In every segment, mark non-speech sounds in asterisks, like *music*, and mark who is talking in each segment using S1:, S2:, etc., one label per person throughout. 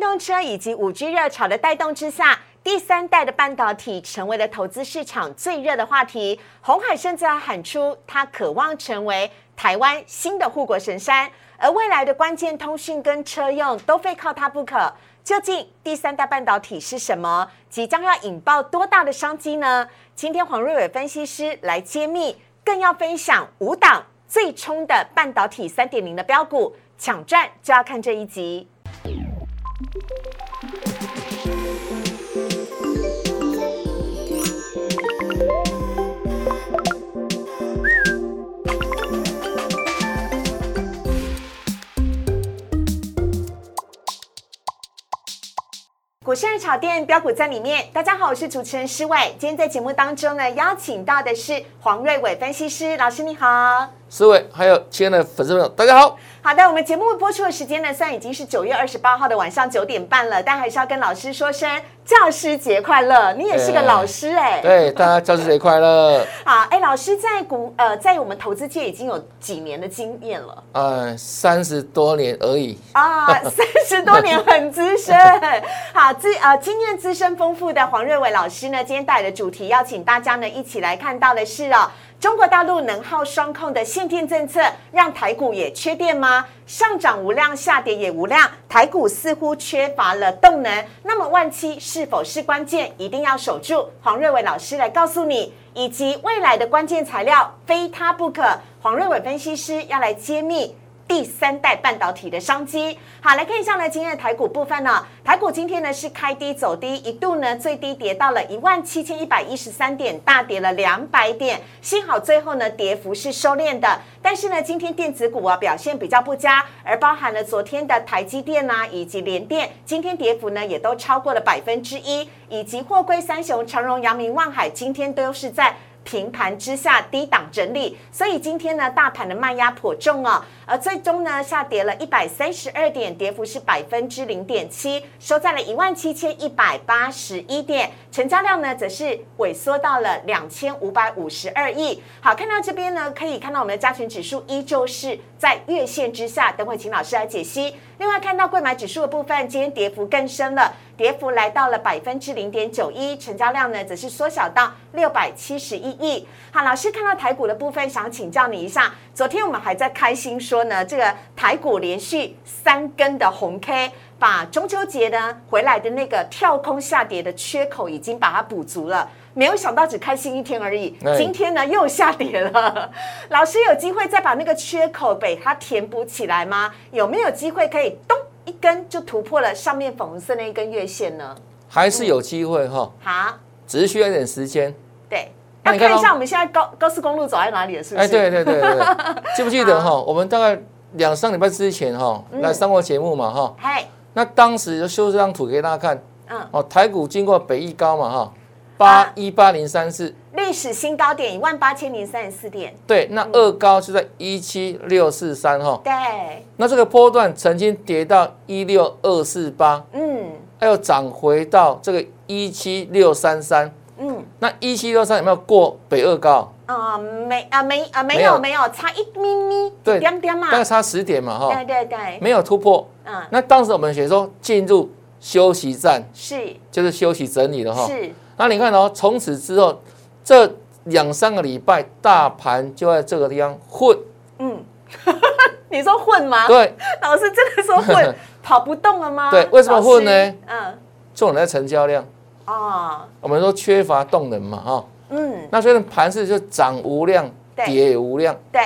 S1: 动车以及五 G 热潮的带动之下，第三代的半导体成为了投资市场最热的话题。红海甚至还喊出，他渴望成为台湾新的护国神山，而未来的关键通讯跟车用都非靠它不可。究竟第三代半导体是什么？即将要引爆多大的商机呢？今天黄瑞伟分析师来揭秘，更要分享五档最冲的半导体三点零的标股，抢赚就要看这一集。股市炒店标股在里面。大家好，我是主持人施伟。今天在节目当中呢，邀请到的是黄瑞伟分析师老师，你好。
S2: 四位，还有亲爱的粉丝朋友，大
S1: *laughs*
S2: 家好。
S1: 好的，我们节目播出的时间呢，虽然已经是九月二十八号的晚上九点半了，但还是要跟老师说声教师节快乐。你也是个
S2: 对
S1: 老师哎、
S2: 对，大家教师节快乐。
S1: 好，哎，老师在股呃，在我们投资界已经有几年的经验了
S2: 呃，三十多年而已，
S1: 啊，三十多年很资深。好，资呃经验资深丰富的黄瑞伟老师呢，今天带来的主题要请大家呢一起来看到的是哦，中国大陆能耗双控的限电政策，让台股也缺电吗？上涨无量，下跌也无量，台股似乎缺乏了动能。那么万七是否是关键？一定要守住。黄瑞伟老师来告诉你。以及未来的关键材料，非它不可。黄瑞伟分析师要来揭秘第三代半导体的商机。好，来看一下呢，今天的台股部分呢、台股今天呢是开低走低，一度呢最低跌到了一万七千一百一十三点，大跌了两百点。幸好最后呢跌幅是收敛的，但是呢今天电子股啊表现比较不佳，而包含了昨天的台积电啊以及联电，今天跌幅呢也都超过了百分之一，以及货柜三雄长荣、阳明、望海今天都是在。平盘之下低档整理，所以今天呢，大盘的卖压颇重哦，而最终呢下跌了一百三十二点，跌幅是百分之零点七，收在了一万七千一百八十一点，成交量呢则是萎缩到了两千五百五十二亿。好，看到这边呢，可以看到我们的加权指数依旧是在月线之下，等会请老师来解析。另外看到贵买指数的部分，今天跌幅更深了，跌幅来到了百分之零点九一，成交量呢则是缩小到六百七十一亿。好，老师看到台股的部分，想请教你一下，昨天我们还在开心说呢，这个台股连续三根的红 K。把中秋节呢回来的那个跳空下跌的缺口已经把它补足了，没有想到只开心一天而已。
S2: 哎
S1: 今天呢又下跌了， *laughs* 老师有机会再把那个缺口给它填补起来吗？有没有机会可以咚一根就突破了上面粉红色那一根月线呢？
S2: 还是有机会哈、
S1: 好，
S2: 只是需要一点时间。
S1: 对，
S2: 那
S1: 要
S2: 你看
S1: 看一
S2: 哦
S1: 下我们现在高高速公路走在哪里了，是不是？
S2: 哎，对对对对对，记不记得
S1: *laughs*
S2: 哈、我们大概两三礼拜之前哈、
S1: 嗯
S2: 来上过节目嘛哈、
S1: 嗨，
S2: 那当时就修这张图给大家看
S1: 嗯，
S2: 哦，台股经过北一高嘛哈，八一八零三四，
S1: 历史新高点一万八千零三十四点，
S2: 对，那二高就在一七六四三哈，
S1: 对，
S2: 那这个波段曾经跌到一六二四八，
S1: 嗯
S2: 还有哎涨回到这个一七六三三。
S1: 嗯。
S2: 那一七六三有没有过北二高？
S1: 啊、没啊没啊没
S2: 没
S1: 有
S2: 有
S1: 没有，差一咪咪，
S2: 对哦
S1: 一点点嘛
S2: 大，概差十点嘛
S1: 啊对
S2: 哈，
S1: 对对，
S2: 没有突破。
S1: 嗯，
S2: 那当时我们写说进入休息站，
S1: 是
S2: 就是休息整理了哈。
S1: 是，
S2: 那你看哦，从此之后这两三个礼拜，大盘就在这个地方混，
S1: 嗯， *laughs* 你说混吗？
S2: 对，
S1: *laughs* 老师真的说混跑不动了吗？
S2: *laughs* 对为什么混呢
S1: 老师嗯，
S2: 重点在成交量。
S1: 哦，
S2: 我们说缺乏动能嘛哈，
S1: 嗯，
S2: 那所以盘市就涨无量，
S1: 对
S2: 跌也无量。
S1: 对，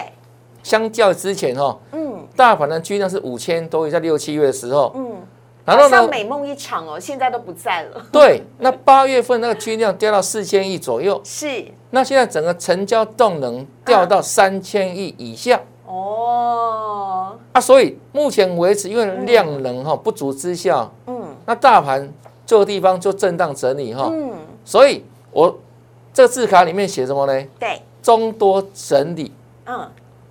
S2: 相较之前哈，
S1: 嗯
S2: 大盘的均量是五千多亿，在六七月的时候，
S1: 嗯，
S2: 然后
S1: 好像
S2: 呢，
S1: 美梦一场哦，现在都不在了，
S2: 对，那八月份那个均量掉到四千亿左右，
S1: 是
S2: 那现在整个成交动能掉
S1: 嗯
S2: 到三千亿以下
S1: 哦，
S2: 啊，所以目前为止，因为量能哈不足之下，
S1: 嗯
S2: 那大盘这个地方就震荡整理哈，
S1: 嗯，
S2: 所以我这字卡里面写什么呢？
S1: 对，
S2: 中多整理，
S1: 嗯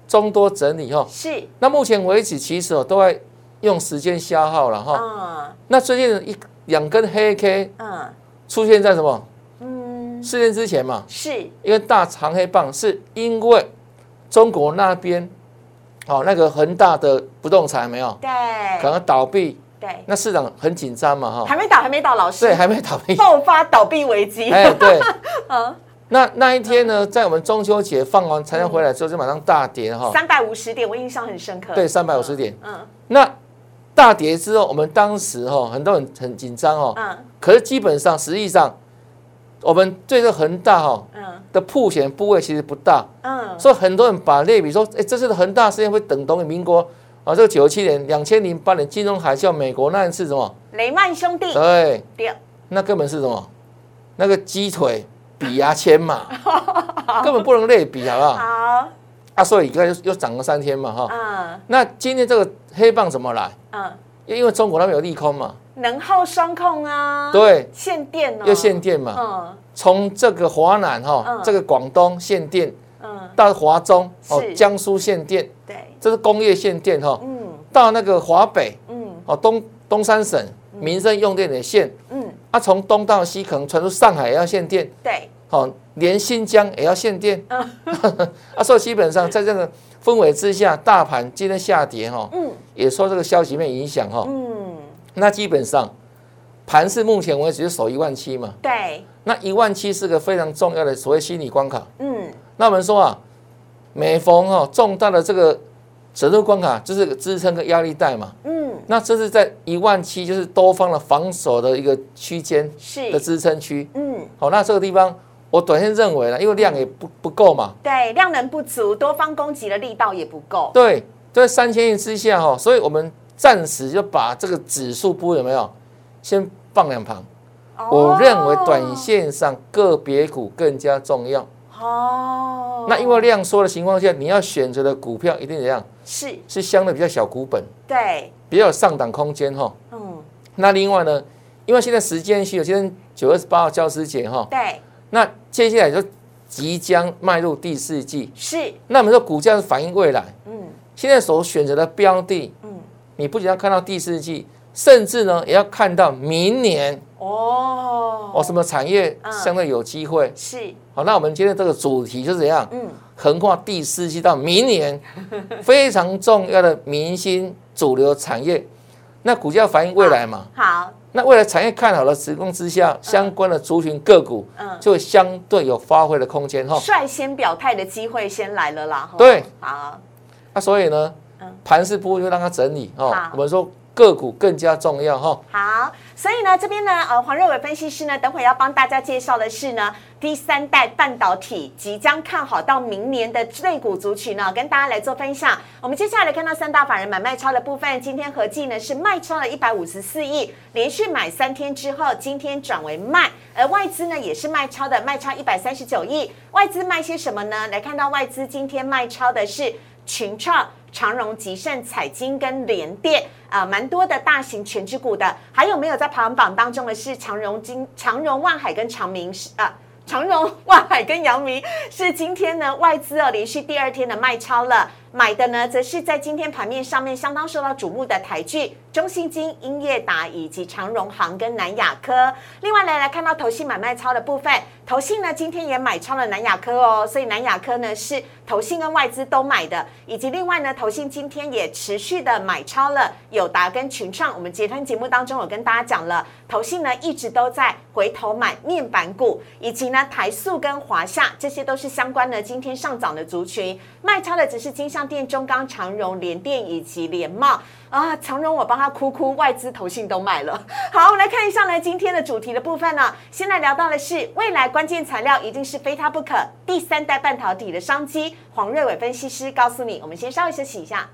S2: 中多整理哈。
S1: 是，
S2: 那目前为止，其实我哦都在用时间消耗了哈。
S1: 嗯
S2: 那最近一两根黑 K
S1: 嗯
S2: 出现在什么
S1: 嗯，
S2: 事件之前嘛？
S1: 是
S2: 因为大长黑棒是因为中哦国那边，好、那个恒大的不动产有没有
S1: 对，
S2: 可能倒闭，
S1: 对，
S2: 那市场很紧张嘛哈，
S1: 还没倒，还没倒，老师
S2: 对，还没倒
S1: *laughs*
S2: 闭，
S1: 爆发倒闭危机，
S2: 哎对，
S1: 嗯，
S2: 那那一天呢，在我们中秋节放完才能回来之后，就马上大跌哈，
S1: 三百五十点，我印象很深刻。
S2: 对，三百五十点。
S1: 嗯，
S2: 那大跌之后，我们当时哈、很多人很紧张哦，
S1: 嗯
S2: 可是基本上实际上我们对这恒大哈、
S1: 嗯嗯
S2: 的铺险部位其实不大，
S1: 嗯，
S2: 所以很多人把类比说，哎，这次的恒大事件会等同于民国啊，这个九七年、两千零八年金融海啸美国那一次什么？
S1: 雷曼兄弟
S2: 对，
S1: 对，
S2: 那根本是什么？那个鸡腿比牙
S1: *laughs*
S2: 签嘛，根本不能类比，好不好？
S1: 好，
S2: 啊，所以你看又又涨了三天嘛，哈。
S1: 嗯
S2: 那今天这个黑棒怎么来？
S1: 嗯，
S2: 因为中国那边有利空嘛，
S1: 能耗双控啊，，
S2: 对，
S1: 限电哦，
S2: 又限电嘛。
S1: 嗯
S2: 从这个华南哈
S1: 嗯，
S2: 这个广东限电
S1: 嗯，
S2: 到华中哦
S1: 是，
S2: 江苏限电，
S1: 对，
S2: 这是工业限电哈，
S1: 嗯
S2: 到那个华北
S1: 嗯
S2: 哦东东三省民生用电也限，
S1: 嗯，
S2: 啊，从东到西可能传出上海也要限电，
S1: 对，
S2: 哦，连新疆也要限电
S1: 嗯，
S2: *laughs* 啊，所以基本上在这个氛围之下，大盘今天下跌哈，
S1: 嗯
S2: 也受这个消息面影响哈，
S1: 嗯，
S2: 那基本上盘是目前为止是守一万七嘛，
S1: 对，
S2: 那一万七是个非常重要的所谓心理关卡。
S1: 嗯
S2: 那我们说啊，每逢哦重大的这个整数关卡，就是个支撑跟压力带嘛。
S1: 嗯
S2: 那这是在一万七，就是多方的防守的一个区间的
S1: 是，
S2: 支撑区。
S1: 嗯。
S2: 好，那这个地方我短线认为呢，因为量也不不够嘛，
S1: 对，量能不足，多方攻击的力道也不够。
S2: 对，在三千亿之下哈、哦，所以我们暂时就把这个指数部有没有先放两旁。
S1: 哦
S2: 我认为短线上个别股更加重要。
S1: 哦，
S2: 那因为量缩的情况下，你要选择的股票一定怎样？
S1: 是
S2: 是相对比较小股本，
S1: 对，
S2: 比较有上档空间哈。
S1: 嗯，
S2: 那另外呢，因为现在时间需有，今天九月十八号教师节哈，
S1: 对，
S2: 那接下来就即将迈入第四季。
S1: 是，
S2: 那我们说股价是反映未来，
S1: 嗯
S2: 现在所选择的标的，
S1: 嗯，
S2: 你不仅要看到第四季，甚至呢也要看到明年
S1: 哦，
S2: 哦什么产业
S1: 嗯
S2: 相对有机会。
S1: 是，
S2: 好，那我们今天这个主题就是怎样
S1: 嗯，
S2: 横跨第四季到明
S1: *laughs*
S2: 年，非常重要的明星主流产业，那股价反映未来嘛。
S1: 好，
S2: 那未来产业看好的时空之下，相关的族群个股
S1: 嗯，
S2: 就相对有发挥的空间哈。
S1: 率先表态的机会先来了啦，吼
S2: 哦对，
S1: 好，
S2: 那所以呢
S1: 嗯，
S2: 盘势不会就让它整理哦
S1: 好。
S2: 我们说个股更加重要哦哈。
S1: 好，所以呢，这边呢，呃，黄瑞伟分析师呢，等会要帮大家介绍的是呢，第三代半导体即将看好到明年的类股族群呢，跟大家来做分享。我们接下来看到三大法人买卖超的部分，今天合计呢是卖超了一百五十四亿，连续买三天之后，今天转为卖，而外资呢也是卖超的，卖超一百三十九亿。外资卖些什么呢？来看到外资今天卖超的是群创。长荣、吉盛、彩金跟联电啊，呃蛮、多的大型全职股的。还有没有在排行榜当中的是长荣金、长荣、万海跟长明是啊？长荣、万海跟阳明是今天呢外资哦连续第二天的卖超了，买的呢则是在今天盘面上面相当受到瞩目的台剧、中信金、英业达以及长荣行跟南亚科。另外呢，来看到投信买卖超的部分，投信呢今天也买超了南亚科哦，所以南亚科呢是投信跟外资都买的，以及另外呢，投信今天也持续的买超了友达跟群创。我们截团节目当中有跟大家讲了，投信呢一直都在回头买面板股，以及呢台塑跟华夏，这些都是相关的今天上涨的族群。卖超的只是金像店、中钢、长荣、联电以及联茂。啊，长荣我帮他哭哭，外资投信都卖了。 *laughs* 好，我们来看一下呢今天的主题的部分呢、先来聊到的是未来关键材料一定是非它不可，第三代半导体的商机。黄瑞伟分析师告诉你，我们先稍微休息一下，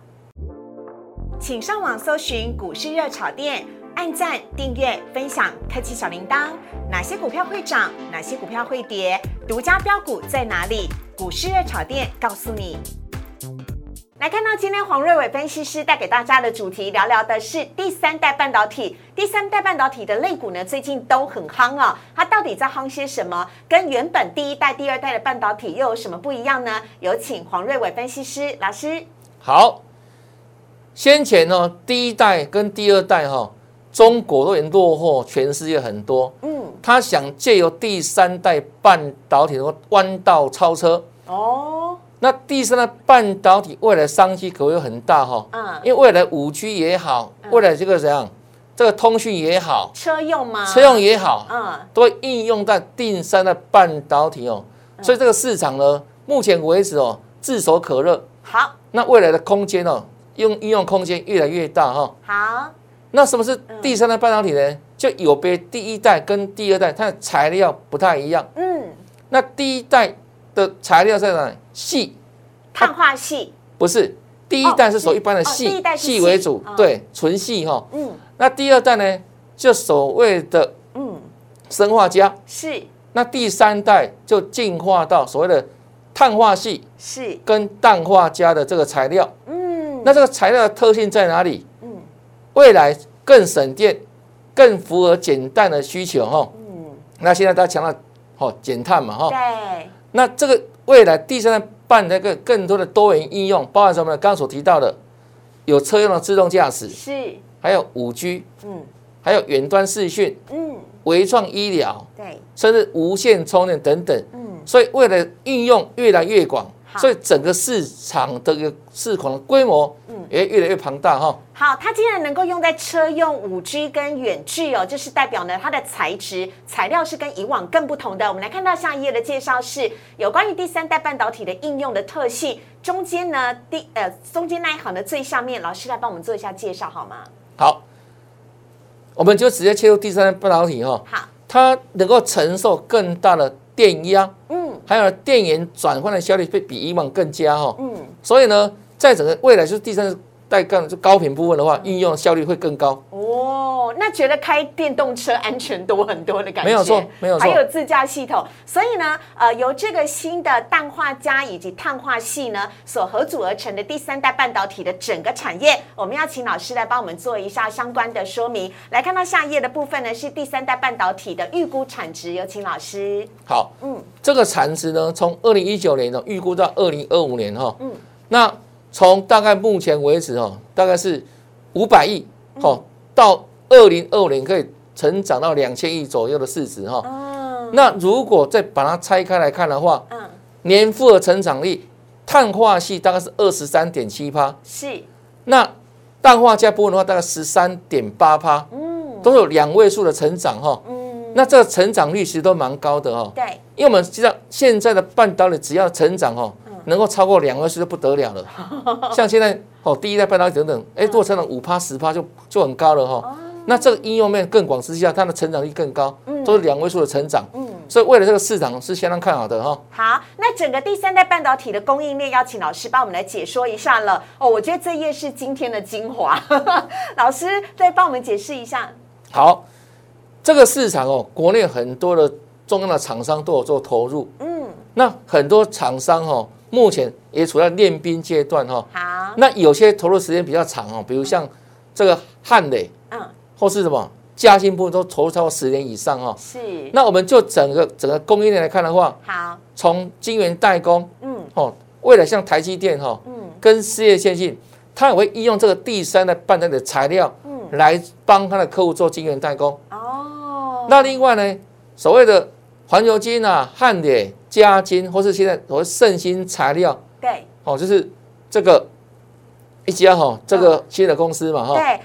S1: 请上网搜寻股市热炒店，按赞、订阅、分享，开启小铃铛。哪些股票会涨？哪些股票会跌？独家标股在哪里？股市热炒店告诉你。来看到今天黄瑞伟分析师带给大家的主题，聊聊的是第三代半导体。第三代半导体的类股呢，最近都很夯哦。它到底在夯些什么？跟原本第一代、第二代的半导体又有什么不一样呢？有请黄瑞伟分析师老师。
S2: 好，先前呢第一代跟第二代哈，中国都已经落后全世界很多，
S1: 嗯，
S2: 他想借由第三代半导体能够弯道超车。
S1: 哦，
S2: 那第三代半导体未来商机可会很大哈、
S1: 嗯
S2: 因为未来五 G 也好，未来这个怎样这个通讯也好，
S1: 车用吗？
S2: 车用也好，
S1: 啊嗯，
S2: 都会应用在第三代半导体哦。
S1: 嗯
S2: 所以这个市场呢，目前为止哦，炙手可热。
S1: 好
S2: 那未来的空间哦，用应用空间越来越大哈、
S1: 好，
S2: 那什么是
S1: 嗯
S2: 第三代半导体呢？就有别第一代跟第二代，它的材料不太一样。
S1: 嗯，
S2: 那第一代的材料在哪里？细
S1: 碳化系，
S2: 不是？第一代是走一般的
S1: 哦第一
S2: 细
S1: 代是细
S2: 细为主
S1: 哦，
S2: 对，纯细哈。
S1: 嗯
S2: 那第二代呢，就所谓的
S1: 嗯，
S2: 生化家。
S1: 是
S2: 那第三代就进化到所谓的碳化系
S1: 是，
S2: 跟氮化镓的这个材料。
S1: 嗯
S2: 那这个材料的特性在哪里？
S1: 嗯
S2: 未来更省电，更符合减碳的需求哈、
S1: 嗯，
S2: 那现在大家强调哦减碳嘛哈、
S1: 对，
S2: 那这个未来第三代半那个更多的多元应用，包含什么呢？刚刚所提到的有车用的自动驾驶，
S1: 是，
S2: 还有五 G，
S1: 嗯
S2: 还有远端视讯、
S1: 嗯，
S2: 微创医疗，
S1: 对，
S2: 甚至无线充电等等。
S1: 嗯
S2: 所以未来应用越来越广
S1: 好，
S2: 所以整个市场的一个市场的规模
S1: 嗯
S2: 也越来越庞大哈。
S1: 好，它竟然能够用在车用五 G 跟远距哦，就是代表呢它的材质材料是跟以往更不同的。我们来看到下一页的介绍是有关于第三代半导体的应用的特性，中间呢第呃中间那一行的最下面，老师来帮我们做一下介绍好吗？
S2: 好，我们就直接切入第三代半导体哈，
S1: 好，
S2: 它能够承受更大的电压，
S1: 嗯
S2: 还有电源转换的效率会比以往更佳哈。
S1: 嗯，
S2: 所以呢，在整个未来就是第三代干就高频部分的话，应用效率会更高。
S1: 哦，那觉得开电动车安全多很多的感觉，
S2: 没有错没有错
S1: 还有自驾系统，所以呢，呃，由这个新的氮化镓以及碳化系呢呃所合组而成的第三代半导体的整个产业，我们要请老师来帮我们做一下相关的说明。来看到下一页的部分呢，是第三代半导体的预估产值，有请老师。
S2: 好，
S1: 嗯
S2: 这个产值呢，从二零一九年哦呢预估到二零二五年哈、
S1: 嗯
S2: 那从大概目前为止哦，大概是五百亿
S1: 嗯
S2: 哦，到二零二五年可以成长到两千亿左右的市值哈、
S1: 嗯
S2: 那如果再把它拆开来看的话，
S1: 嗯，
S2: 年复合成长率，碳化系大概是二十三点七趴，
S1: 是
S2: 那氮化镓部分的话大概十三点八趴，
S1: 嗯
S2: 都有两位数的成长哈、
S1: 嗯，
S2: 那这个成长率其实都蛮高的哦哈、
S1: 对，
S2: 因为我们知道现在的半导体只要成长哦，
S1: 嗯
S2: 能够超过两位数就不得
S1: *laughs*
S2: 了了。像现在哦，第一代半导体等
S1: 嗯
S2: 等，哎，如果成长五趴十趴就就很高了哈、
S1: 哦
S2: 那这个应用面更广之下，它的成长率更高，都是两位数的成长。
S1: 嗯。
S2: 所以为了这个市场是相当看好的哈、哦
S1: 好，那整个第三代半导体的供应链，邀请老师帮我们来解说一下了。哦，我觉得这页是今天的精华， *laughs* 老师再帮我们解释一下。
S2: 好，这个市场哦，国内很多的重要的厂商都有做投入，
S1: 嗯，
S2: 那很多厂商哦，目前也处在练兵阶段哈、哦。
S1: 好，
S2: 那有些投入时间比较长哦，比如像这个汉磊。
S1: 嗯，
S2: 或是什么嘉兴部分都投入超过十年以上哦。
S1: 是，
S2: 那我们就整个整个供应链来看的话，
S1: 好，
S2: 从晶圆代工
S1: 嗯
S2: 哦，未来像台积电哈、哦，
S1: 嗯
S2: 跟事业线性，它也会应用这个第三代半导体的材料
S1: 嗯，
S2: 来帮它的客户做晶圆代工。
S1: 哦，
S2: 那另外呢，所谓的环球金啊、汉磊、嘉金，或是现在所谓盛兴材料
S1: 对
S2: 哦，就是这个一家哈、哦，这个新的公司嘛哈、
S1: 嗯
S2: 哦，
S1: 对，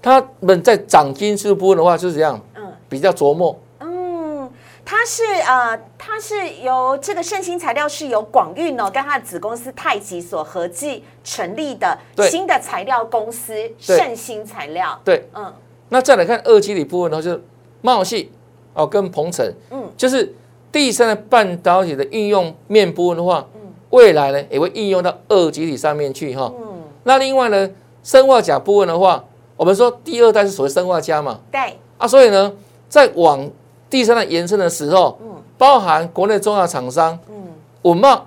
S2: 他们在涨金数部分的话就是这样
S1: 嗯
S2: 比较琢磨。
S1: 嗯，它是呃，它是由这个盛兴材料是由广运哦跟它的子公司太极所合计成立的
S2: 对
S1: 新的材料公司
S2: 对
S1: 盛兴材料，
S2: 对，
S1: 嗯
S2: 那再来看二级里部分的话，就是茂系哦跟鹏程，
S1: 嗯
S2: 就是第三代半导体的应用面部分的话
S1: 嗯，
S2: 未来呢也会应用到二级体上面去哈、
S1: 嗯，
S2: 那另外呢，生化钾部分的话，我们说第二代是所谓生化镓嘛，
S1: 对，
S2: 啊，所以呢，在往第三代延伸的时候，包含国内重要厂商
S1: 嗯
S2: 文茂、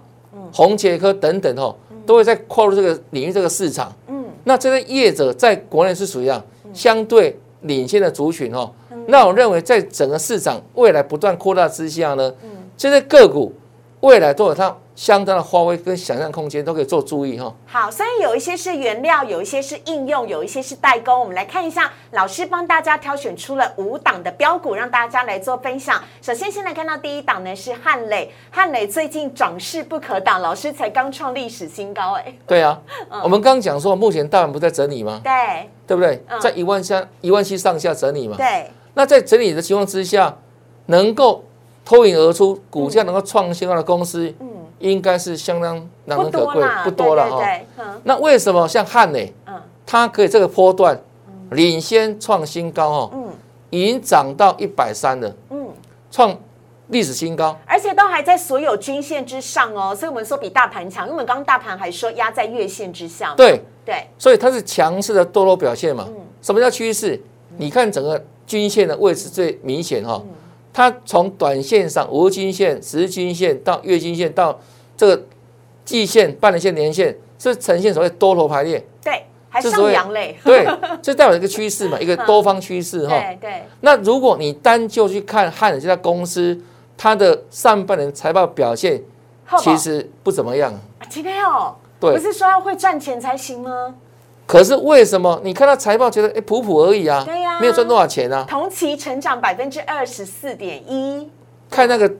S2: 宏杰科等等哦，都会在跨入这个领域这个市场。
S1: 嗯。
S2: 那这些业者在国内是属于啊相对领先的族群哦。
S1: 嗯
S2: 那我认为，
S1: 嗯
S2: 在整个市场未来不断扩大之下呢，这些个股未来都有它相当的发挥跟想象空间都可以做注意哈、
S1: 好，所以有一些是原料，有一些是应用，有一些是代工。我们来看一下，老师帮大家挑选出了五档的标股，让大家来做分享。首先，先来看到第一档呢是汉磊，汉磊最近涨势不可挡，老师才刚创历史新高、
S2: 对
S1: *laughs*
S2: 啊，
S1: 嗯
S2: 我们刚刚讲说，目前大盘不在整理吗？
S1: 哎，
S2: 对不对
S1: 嗯？
S2: 在一万三、一万七上下整理嘛
S1: 对。对，
S2: 那在整理的情况之下，能够脱颖而出，股价能够创新高的公司，
S1: 嗯，
S2: 应该是相当难
S1: 不
S2: 能可
S1: 多
S2: 贵
S1: 啦，，
S2: 不多了
S1: 对
S2: 哈。
S1: 对对，嗯
S2: 那为什么像汉磊，
S1: 嗯
S2: 它可以这个波段领先创新高哦，
S1: 嗯
S2: 已经涨到一百三了，
S1: 嗯，
S2: 创历史新高。
S1: 而且都还在所有均线之上哦，所以我们说比大盘强，因为我们刚刚大盘还说压在月线之下嘛，
S2: 对，
S1: 对，
S2: 所以它是强势的多头表现
S1: 嗯
S2: 嘛。什么叫趋势？你看整个均线的位置最明显哈、
S1: 嗯
S2: 它从短线上无均线、十日均线到月均线到这个季线、半年线、年线，是呈现所谓多头
S1: *laughs*
S2: 排列，
S1: 对，还
S2: 之所
S1: 上
S2: 以
S1: 扬嘞，
S2: 对，这代表一个趋势嘛，一个多方趋势哈、
S1: 嗯对对，
S2: 那如果你单就去看汉能这家公司，它的上半年财报表现
S1: 好不好
S2: 其实不怎么样，
S1: 啊今天哦，
S2: 对
S1: 不是说要会赚钱才行吗？
S2: 可是为什么你看到财报觉得哎普普而已啊，
S1: 对呀
S2: 没有赚多少钱啊？
S1: 同期成长百分之二十四点一
S2: 看那个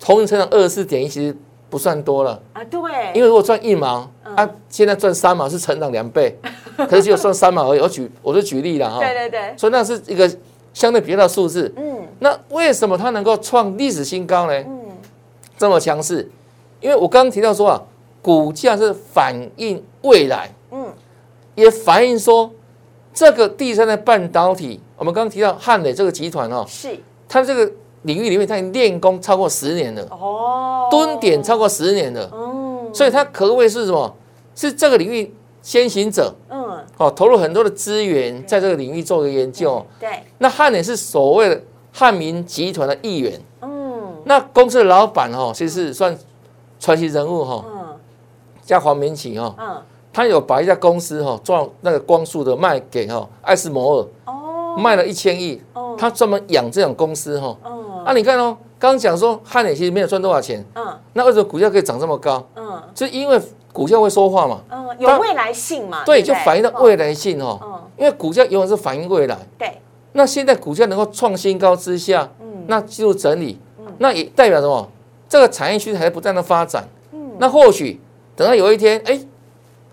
S2: 同龄成长二十四点一，其实不算多了，
S1: 啊，对，嗯
S2: 因为如果赚一毛，啊，现在赚三毛是成长两
S1: *laughs*
S2: 倍，可是只有赚三毛而已。我举我就举例了哈，
S1: 对对对，
S2: 所以那是一个相对比较的数字。
S1: 嗯
S2: 那为什么它能够创历史新高呢？
S1: 嗯，
S2: 这么强势？因为我刚刚提到说啊，股价是反映未来，
S1: 嗯，
S2: 也反映说这个第三代半导体，我们刚刚提到汉磊这个集团哦，
S1: 是
S2: 它这个领域里面它已经练功超过十年了。
S1: 哦，
S2: 蹲点，超过十年了，
S1: 嗯
S2: 所以它可谓是什么？是这个领域先行者
S1: 嗯，
S2: 哦，投入很多的资源在这个领域做个研究。
S1: 对，
S2: 那汉磊是所谓的汉民集团的一员，
S1: 嗯
S2: 那公司的老板哦，其实是算传奇人物哈、哦，
S1: 嗯
S2: 叫黄明启哦，
S1: 嗯，
S2: 他有把一家公司哈、哦、做那个光速的卖给哈、哦、艾斯摩尔，
S1: 哦，
S2: 卖了一千亿
S1: 哦，
S2: 他专门养这种公司哈、哦。
S1: 嗯
S2: 啊，你看哦，刚刚讲说汉磊其实没有赚多少钱，
S1: 嗯
S2: 那为什么股价可以涨这么高？
S1: 嗯
S2: 是因为股价会说话嘛？
S1: 嗯，有未来性嘛？
S2: 对，
S1: 不
S2: 就反映到未来性哦。
S1: 嗯，
S2: 因为股价永远是反映未来。
S1: 对，
S2: 那现在股价能够创新高之下，那进入整理，那也代表什么？这个产业趋势还不断的发展。那或许等到有一天，哎，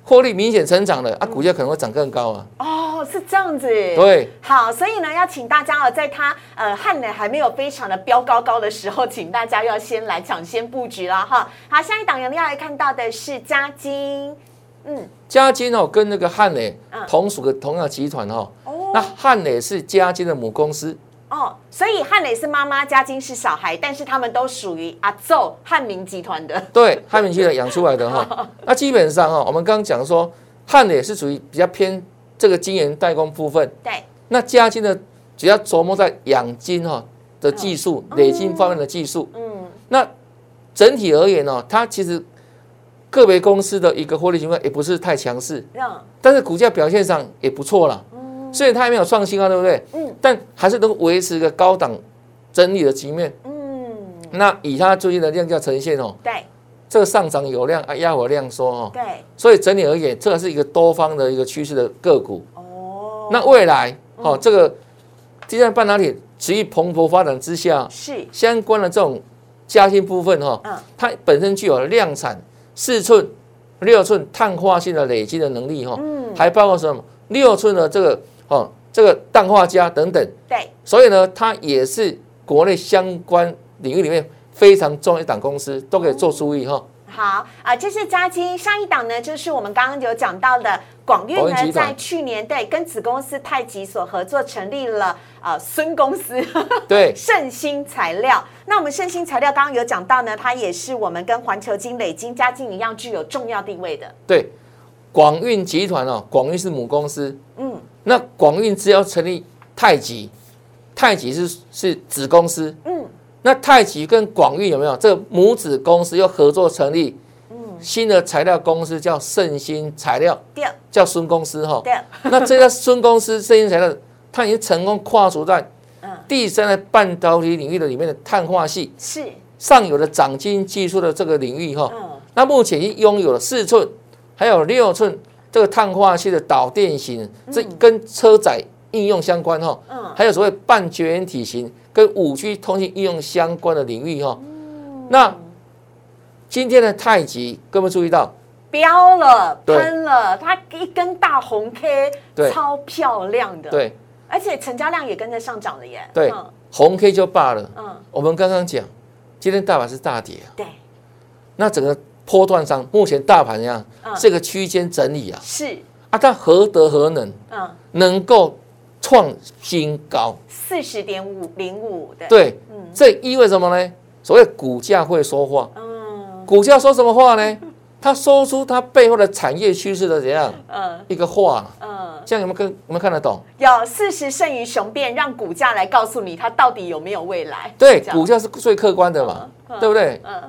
S2: 获利明显成长了，啊，股价可能会涨更高啊。
S1: 哦，是这样子，
S2: 对，
S1: 好，所以呢，要请大家哦，在它呃汉能还没有非常的飙高高的时候，请大家要先来抢先布局了哈。好，下一档我们要来看到的是嘉金，嗯，
S2: 嘉金哦跟那个汉磊
S1: 嗯
S2: 同属的同样的集团啊哦，那
S1: 哦
S2: 汉磊是嘉金的母公司。
S1: 哦，所以汉磊是妈妈，嘉金是小孩，但是他们都属于阿奏汉民集团的，
S2: 对，汉民集团养出来的 *laughs* 哈。那基本上哦哈、我们刚刚讲说，汉磊是属于比较偏这个晶圆代工部分，
S1: 对，
S2: 那嘉金呢，主要琢磨在养金哈、的技术、累金方面的技术。
S1: 哦嗯
S2: 那整体而言呢、它其实个别公司的一个获利情况也不是太强势，
S1: 让
S2: 但是股价表现上也不错啦。虽然它还没有创新高，啊对不对？
S1: 哦嗯
S2: 但还是能够维持一个高档整理的局面。
S1: 嗯，
S2: 那以它最近的量价呈现哦，
S1: 对
S2: 这个上涨有量啊，压回量缩哦。
S1: 对
S2: 所以整体而言，这是一个多方的一个趋势的个股。
S1: 哦，
S2: 那未来哦，这个第三代半导体持续蓬勃发展之下，
S1: 是
S2: 相关的这种加薪部分哈、
S1: 嗯
S2: 它本身具有量产四寸、六寸碳化性的累积的能力哈、哦还包括什么六寸的这个哦这个氮化镓等等，
S1: 对
S2: 所以呢，它也是国内相关领域里面非常重要的一档公司，都可以做哦注意哈、
S1: 好啊，这是嘉金。上一档呢，就是我们刚刚有讲到的广运
S2: 广运
S1: 呢，
S2: 集团
S1: 在去年对跟子公司太极所合作成立了啊孙公司
S2: 对，
S1: 盛兴材料。 *laughs* 那我们盛兴材料刚刚有讲到呢，它也是我们跟环球金、磊金、嘉金一样具有重要地位的。
S2: 对，广运集团哦，广运是母公司，
S1: 嗯，
S2: 那广运只要成立太极，太极是是子公司，
S1: 嗯，
S2: 那太极跟广运有没有这个母子公司又合作成立？
S1: 嗯
S2: 新的材料公司叫盛兴材料，
S1: 第二，
S2: 叫孙公司哈、
S1: 第二，
S2: 那这家孙公司盛兴材料，它已经成功跨足在
S1: 嗯
S2: 第三代半导体领域的里面的碳化系
S1: 是，
S2: 上游的掌晶技术的这个领域哈、
S1: 嗯，
S2: 那目前已经拥有了四寸，还有六寸这个碳化系的导电型，这跟车载应用相关哈、
S1: 嗯
S2: 还有所谓半绝缘体型跟五 G 通信应用相关的领域哈、
S1: 嗯
S2: 那今天的太极，各位注意到，
S1: 飙了，
S2: 对
S1: 喷了，它一根大红 K，
S2: 对
S1: 超漂亮的，，
S2: 对
S1: 而且成交量也跟着上涨了耶，
S2: 对
S1: 嗯，
S2: 红 K 就罢了。
S1: 嗯，
S2: 我们刚刚讲，今天大盘是大跌啊，
S1: 对，
S2: 那整个波段上，目前大盘呀
S1: 嗯
S2: 这个区间整理啊，
S1: 是，
S2: 啊，它何德何能
S1: 嗯，
S2: 能够创新高？
S1: 四十点五零五的，，
S2: 对
S1: 嗯，
S2: 这意味什么呢？所谓股价会说话，
S1: 嗯
S2: 股价说什么话呢？它说出它背后的产业趋势的怎样
S1: 嗯
S2: 一个话，
S1: 嗯，
S2: 这样有没有看有没有看得懂？
S1: 有四十胜于雄辩，让股价来告诉你它到底有没有未来，
S2: 对，
S1: 这样
S2: 股价是最客观的嘛，
S1: 嗯
S2: 对不对？
S1: 嗯，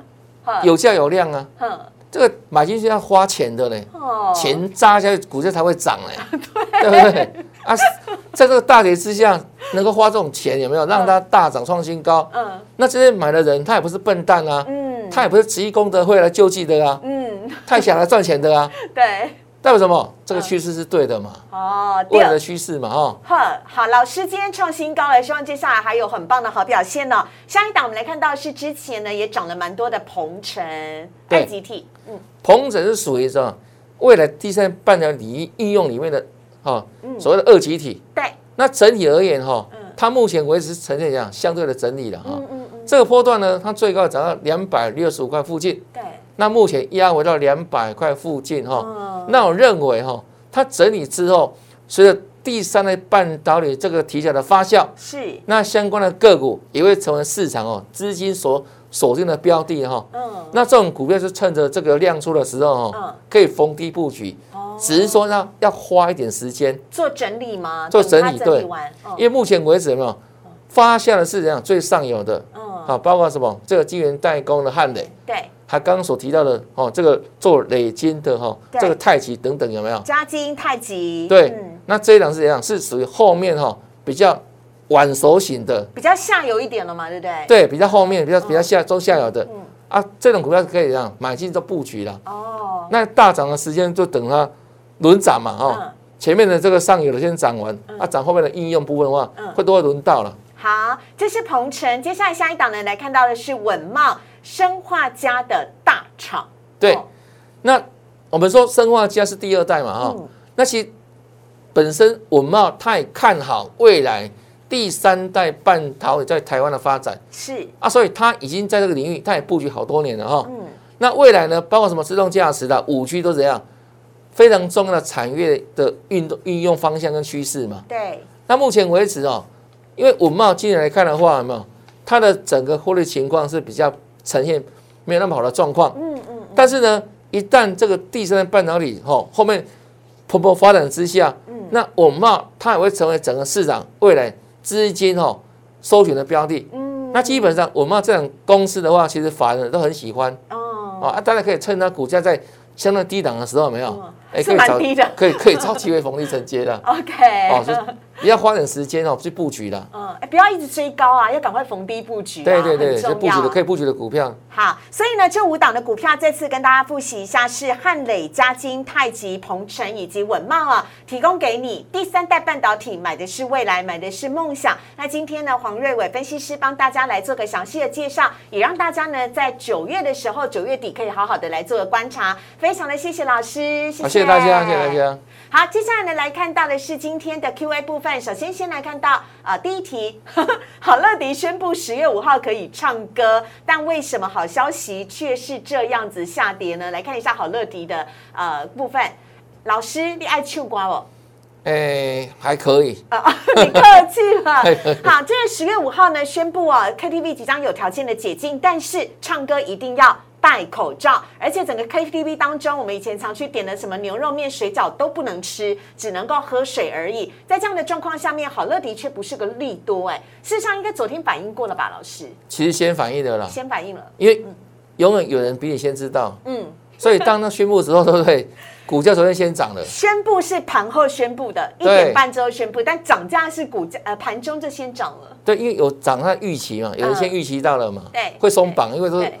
S1: 哼，
S2: 有价有量啊，
S1: 哼，
S2: 这个买进去要花钱的嘞。
S1: 哦，
S2: 钱砸下去，股价才会涨嘞，
S1: *laughs*
S2: 对不对？啊，在这个大跌之下，能够花这种钱有没有让它大涨创新高？
S1: 嗯
S2: 那这些买的人他也不是笨蛋啊，
S1: 嗯
S2: 他也不是慈禧功德会来救济的啊，
S1: 嗯，
S2: 他也想来赚钱
S1: *laughs*
S2: 的啊，
S1: 对，
S2: 代表什么？这个趋势是对的嘛，
S1: 哦，第
S2: 未
S1: 二
S2: 来的趋势嘛，哈。
S1: 呵，好，老师今天创新高了，希望接下来还有很棒的好表现哦。下一档我们来看到是之前呢也涨了蛮多的鹏程、
S2: 对
S1: 爱集体，嗯
S2: 鹏程是属于什么？未来第三半导体应用里面的哈，所谓的二级体。
S1: 对，
S2: 那整体而言哈
S1: 嗯，
S2: 它目前为止是呈现这样相对的整理了哈
S1: 嗯。嗯嗯，
S2: 这个波段呢，它最高涨到两百六十五块附近，
S1: 对，
S2: 那目前压回到两百块附近哈、
S1: 嗯
S2: 那我认为哈、它整理之后，随着第三类半导体这个题材的发酵，
S1: 是，
S2: 那相关的个股也会成为市场哦资金所锁定的标的哈、
S1: 嗯
S2: 那这种股票是趁着这个量出的时候哈、
S1: 嗯，
S2: 可以逢低布局，
S1: 哦，
S2: 只是说要要花一点时间，
S1: 做整理吗？
S2: 做
S1: 等它
S2: 整理
S1: 整理
S2: 对
S1: 完，哦
S2: 因为目前为止有没有发酵的是怎样最上游的
S1: 嗯嗯，
S2: 啊，包括什么这个晶圆代工的汉磊。
S1: 对，
S2: 还刚刚所提到的哦，这个做累金的哈、哦，
S1: 对
S2: 这个太极等等有没有？
S1: 嘉金、太极，
S2: 对
S1: 嗯，
S2: 那这一档是怎样？是属于后面哈、哦、比较晚熟型的，
S1: 比较下游一点了嘛，对不对？，
S2: 对，比较后面比较比较下中下游的
S1: 哦嗯，
S2: 啊，这种股票可以这样买进做布局了。
S1: 哦，
S2: 那大涨的时间就等它轮涨嘛哈、哦
S1: 嗯，
S2: 前面的这个上游的先涨完，啊，涨后面的应用部分的话
S1: 嗯，
S2: 会都会轮到了。
S1: 好，这是鹏程，接下来下一档呢来看到的是稳茂生化家的大厂，
S2: 对
S1: 哦，
S2: 那我们说生化家是第二代嘛哈、
S1: 嗯
S2: 那其实本身文茂太看好未来第三代半导体在台湾的发展
S1: 是，
S2: 啊，所以他已经在这个领域，他也布局好多年了哈。
S1: 嗯。
S2: 那未来呢，包括什么自动驾驶的、五 G 都怎样，非常重要的产业的运动运用方向跟趋势嘛。
S1: 对，
S2: 那目前为止哦，因为文茂今年来看的话，有没有它的整个获利情况是比较呈现没有那么好的状况。
S1: 嗯嗯，
S2: 但是呢，一旦这个第三代半导体吼、后面蓬勃发展之下，
S1: 嗯
S2: 那我茂它也会成为整个市场未来资金吼、搜寻的标的。
S1: 嗯
S2: 那基本上我茂这种公司的话，其实法人都很喜欢
S1: 哦，
S2: 哦啊，大家可以趁它股价在相对低档的时候，有没有
S1: 嗯？
S2: 哎，
S1: 是
S2: 可以
S1: 蛮
S2: 找
S1: 低的
S2: 可以可以超级为逢低承接的
S1: OK，*laughs*
S2: 哦，就是你要花点时间哦去布局的。
S1: 嗯，哎，不要一直追高啊，要赶快逢低布局啊，
S2: 对对对，
S1: 很
S2: 是
S1: 重
S2: 布局
S1: 要
S2: 的可以布局的股票。
S1: 好，所以呢，这五档的股票这次跟大家复习一下，是汉磊、嘉金、太极、鹏程以及稳茂啊，提供给你第三代半导体，买的是未来，买的是梦想。那今天呢，黄瑞伟分析师帮大家来做个详细的介绍，也让大家呢在九月的时候，九月底可以好好的来做个观察。非常的谢谢老师，谢
S2: 好，啊谢谢大家，谢谢大家。
S1: 好，接下来呢来看到的是今天的 Q&A 部分。首先先来看到啊、呃第一题， *laughs* 好乐迪宣布十月五号可以唱歌，但为什么好消息却是这样子下跌呢？来看一下好乐迪的呃部分。老师，你爱秋瓜哦？
S2: 哎，还可以。
S1: 啊、 *laughs* 你客气
S2: *laughs*
S1: 了。好，这个十月五号呢，宣布啊，KTV 即将有条件的解禁，但是唱歌一定要。戴口罩，而且整个 KTV 当中，我们以前常去点的什么牛肉面、水饺都不能吃，只能够喝水而已。在这样的状况下面，好乐迪却不是个利多哎、事实上应该昨天反应过了吧，老师
S2: 其实先反应的啦，
S1: 先反应了，
S2: 因为永远有人比你先知道，
S1: 嗯，
S2: 所以当他宣布之后，对不
S1: *laughs*
S2: 对？股价昨天先涨了，
S1: 宣布是盘后宣布的，一
S2: 对
S1: 点半之后宣布，但涨价是股价呃盘中就先涨了，
S2: 对，因为有涨它预期嘛，有人先预期到了嘛
S1: 嗯对，
S2: 嗯会松绑，因为都
S1: 对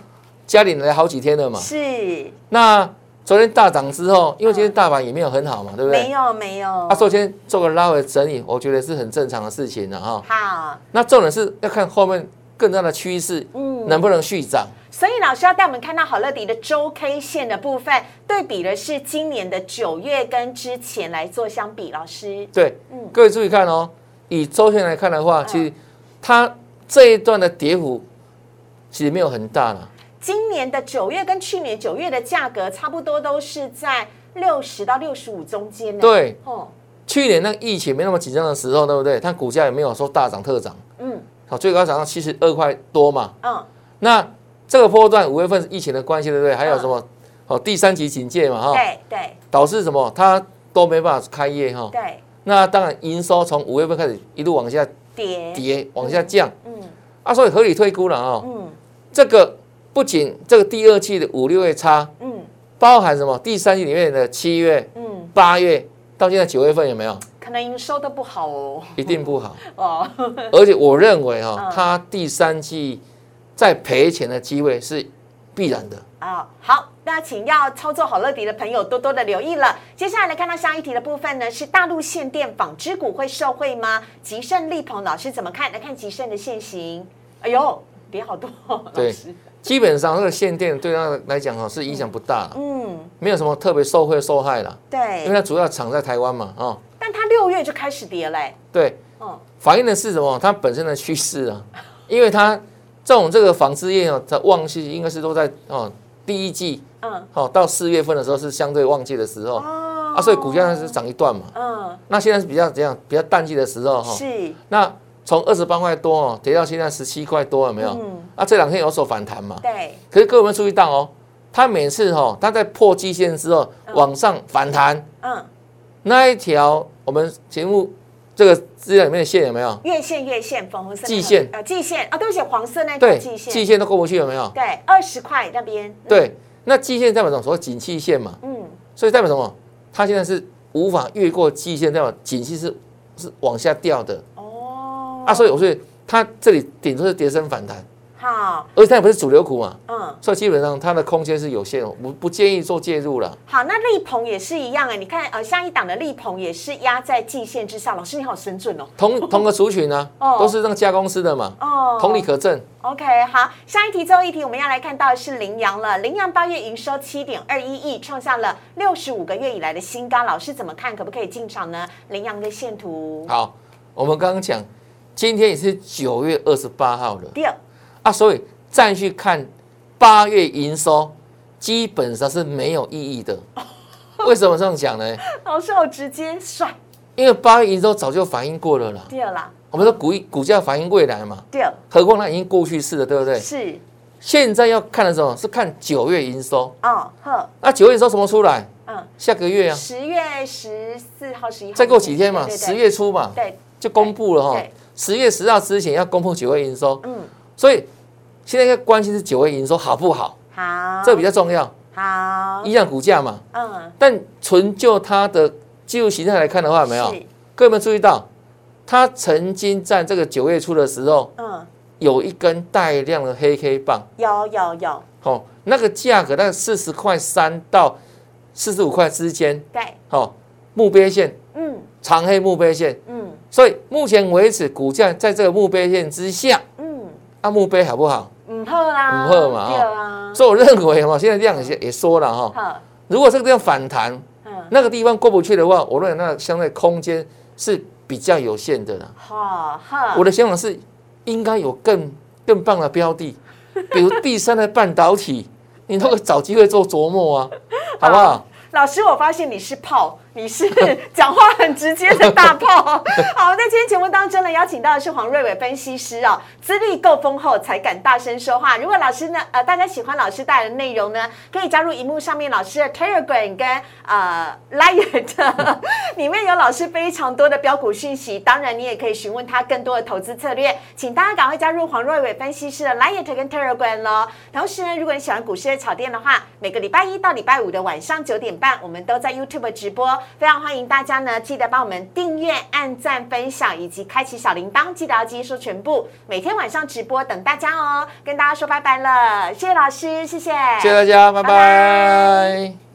S2: 家里来好几天了嘛。
S1: 是，
S2: 那昨天大涨之后，因为今天大盘也没有很好嘛，对不
S1: 没
S2: 对？
S1: 有没有
S2: 啊，，昨天做个拉回整理，我觉得是很正常的事情了哈。
S1: 好，
S2: 那重点是要看后面更大的趋势，
S1: 嗯
S2: 能不能续涨？
S1: 所以老师要带我们看到好乐迪的周 K 线的部分，对比的是今年的九月跟之前来做相比，老师，
S2: 对，
S1: 嗯，
S2: 各位注意看哦，以周线来看的话，
S1: 嗯
S2: 其实它这一段的跌幅其实没有很大了，
S1: 今年的九月跟去年九月的价格差不多都是在六十到六十五中间呢。，
S2: 对。
S1: 哦，
S2: 去年那个疫情没那么紧张的时候，对不对？它股价也没有说大涨特涨，
S1: 嗯
S2: 好，最高涨到七十二块多嘛。
S1: 嗯，
S2: 那这个波段五月份是疫情的关系，对不对？还有什么？哦，第三级警戒嘛，哈，
S1: 嗯对对
S2: 导致什么？它都没办法开业哈。
S1: 对，
S2: 那当然，营收从五月份开始一路往下
S1: 跌，
S2: 跌，往下降
S1: 嗯
S2: 啊，所以合理推估了哦。
S1: 嗯
S2: 这个不仅这个第二季的五六月差，
S1: 嗯
S2: 包含什么？第三季里面的七月、
S1: 嗯，
S2: 八月到现在九月份有没有？
S1: 可能营收都不好哦，
S2: 一定不好。
S1: 哦，
S2: 而且我认为
S1: 嗯
S2: 哈，它第三季再赔钱的机会是必然的。
S1: 啊，好，那请要操作好乐迪的朋友多多的留意了。接下来呢，看到下一题的部分呢，是大陆限电纺织股会受惠吗？吉盛力鹏老师怎么看？来看吉盛的现形，哎呦，跌好多、哦，老
S2: 对
S1: 师，
S2: 基本上这个限电对它来讲哈是影响不大了，
S1: 嗯，
S2: 没有什么特别受惠受害啦，因为
S1: 对，
S2: 它主要厂在台湾嘛，哦，
S1: 但它六月就开始跌嘞、
S2: 对，
S1: 嗯，
S2: 反映的是什么？它本身的趋势啊，因为它这种这个纺织业哦，它旺季应该是都在哦第一季
S1: 嗯，
S2: 哦到四月份的时候是相对旺季的时候
S1: 哦
S2: 啊，所以股价是涨一段嘛，
S1: 嗯，
S2: 那现在是比较怎样比较淡季的时候哈、
S1: 是，
S2: 那从二十八块多哦，跌到现在十七块多，有没有？
S1: 嗯
S2: 啊，这两天有所反弹嘛。
S1: 对，
S2: 可是各位有没有注意到哦？它每次哦，它在破基线之后
S1: 嗯
S2: 往上反弹，
S1: 嗯，
S2: 那一条我们节目这个资料里面的线有没有？
S1: 月线月线粉红色那
S2: 季
S1: 个
S2: 线
S1: 呃季线啊，对不起，黄色那条
S2: 对，
S1: 季线，
S2: 季线都过不去，有没有？
S1: 对，二十块那边，嗯，
S2: 对，那季线代表什么？所谓景气线嘛，
S1: 嗯，
S2: 所以代表什么？它现在是无法越过季线，代表景气是是往下掉的
S1: 哦，
S2: 啊，所以我说它这里顶多是跌升反弹，
S1: 好，
S2: 而且它也不是主流股嘛，
S1: 嗯，
S2: 所以基本上它的空间是有限的，我不建议做介入了。
S1: 好，那力鹏也是一样啊、你看，呃，下一档的力鹏也是压在季线之上。老师你好神准哦。 *laughs*
S2: 同同个族群呢、
S1: 哦
S2: 都是那个加公司的嘛，
S1: 哦，
S2: 同理可证。
S1: OK，好，下一题，最后一题，我们要来看到的是羚羊了。羚羊八月营收七点二一亿，创下了六十五个月以来的新高。老师怎么看？可不可以进场呢？羚羊的线图，
S2: 好，我们刚刚讲，今天也是九月二十八号了
S1: 第二，
S2: 啊，所以再去看八月营收，基本上是没有意
S1: *laughs*
S2: 义的。为什么这样讲呢？
S1: 老师好直接甩
S2: 因为八月营收早就反映过了啦。
S1: 第二啦，
S2: 我们说股股价反映未来嘛，
S1: 第二
S2: 何况它已经过去式了，对不对？
S1: 是
S2: 现在要看的时候是看九月营收，
S1: 哦呵
S2: 那九月营收什么出来？
S1: 嗯，
S2: 下个月啊，
S1: 十月十四号、十一号，
S2: 再过几天嘛，
S1: 对对对
S2: 十月初嘛，
S1: 对，
S2: 就公布了哈
S1: 对。
S2: 十月十号之前要公布九月营收，
S1: 嗯，
S2: 所以现在要关心是九月营收好不好，
S1: 好，
S2: 这比较重要，
S1: 哦好，
S2: 影响股价嘛。
S1: 嗯，
S2: 但纯就它的技术形态来看的话，有没有
S1: 是？
S2: 各位有没有注意到，它曾经在这个九月初的时候
S1: 嗯，
S2: 有一根带量的黑 K 棒，
S1: 有有有，
S2: 哦，那个价格在四十块三到四十五块之间，
S1: 对，
S2: 哦，墓碑线
S1: 嗯
S2: 长黑墓碑线，
S1: 嗯
S2: 所以目前为止股价在这个墓碑线之下。
S1: 嗯，
S2: 啊，墓碑好不好？
S1: 唔好啦，
S2: 唔好嘛
S1: 对啊，
S2: 所以我认为嘛，现在量也也缩了哈。
S1: 好，
S2: 如果这个地方反弹，
S1: 嗯，
S2: 那个地方过不去的话，我认为那相对空间是比较有限的啦。
S1: 好好，
S2: *laughs* 我的想法是，应该有更更棒的标
S1: *laughs*
S2: 的，比如第三代半导体，你那个找机会做琢磨啊，好不好？
S1: 老师，我发现你是炮，你是 *laughs* 讲话很直接的大炮。 *laughs* 好，在今天节目当中呢，邀请到的是黄瑞伟分析师哦，资历够丰厚才敢大声说话。如果老师呢，呃，大家喜欢老师带来的内容呢，可以加入荧幕上面老师的 Telegram 跟呃 Light，里 *laughs* 面有老师非常多的标股讯息，当然你也可以询问他更多的投资策略，请大家赶快加入黄瑞伟分析师的 Light 跟 Telegram 喽。同时呢，如果你喜欢股市的炒店的话，每个礼拜一到礼拜五的晚上九点半，我们都在 YouTube 直播。非常欢迎大家呢，记得帮我们订阅、按赞、分享以及开启小铃铛，记得要记说全部。每天晚上直播等大家哦，跟大家说拜拜了，谢谢老师，谢谢，
S2: 谢谢大家，
S1: 拜
S2: 拜
S1: 拜
S2: 拜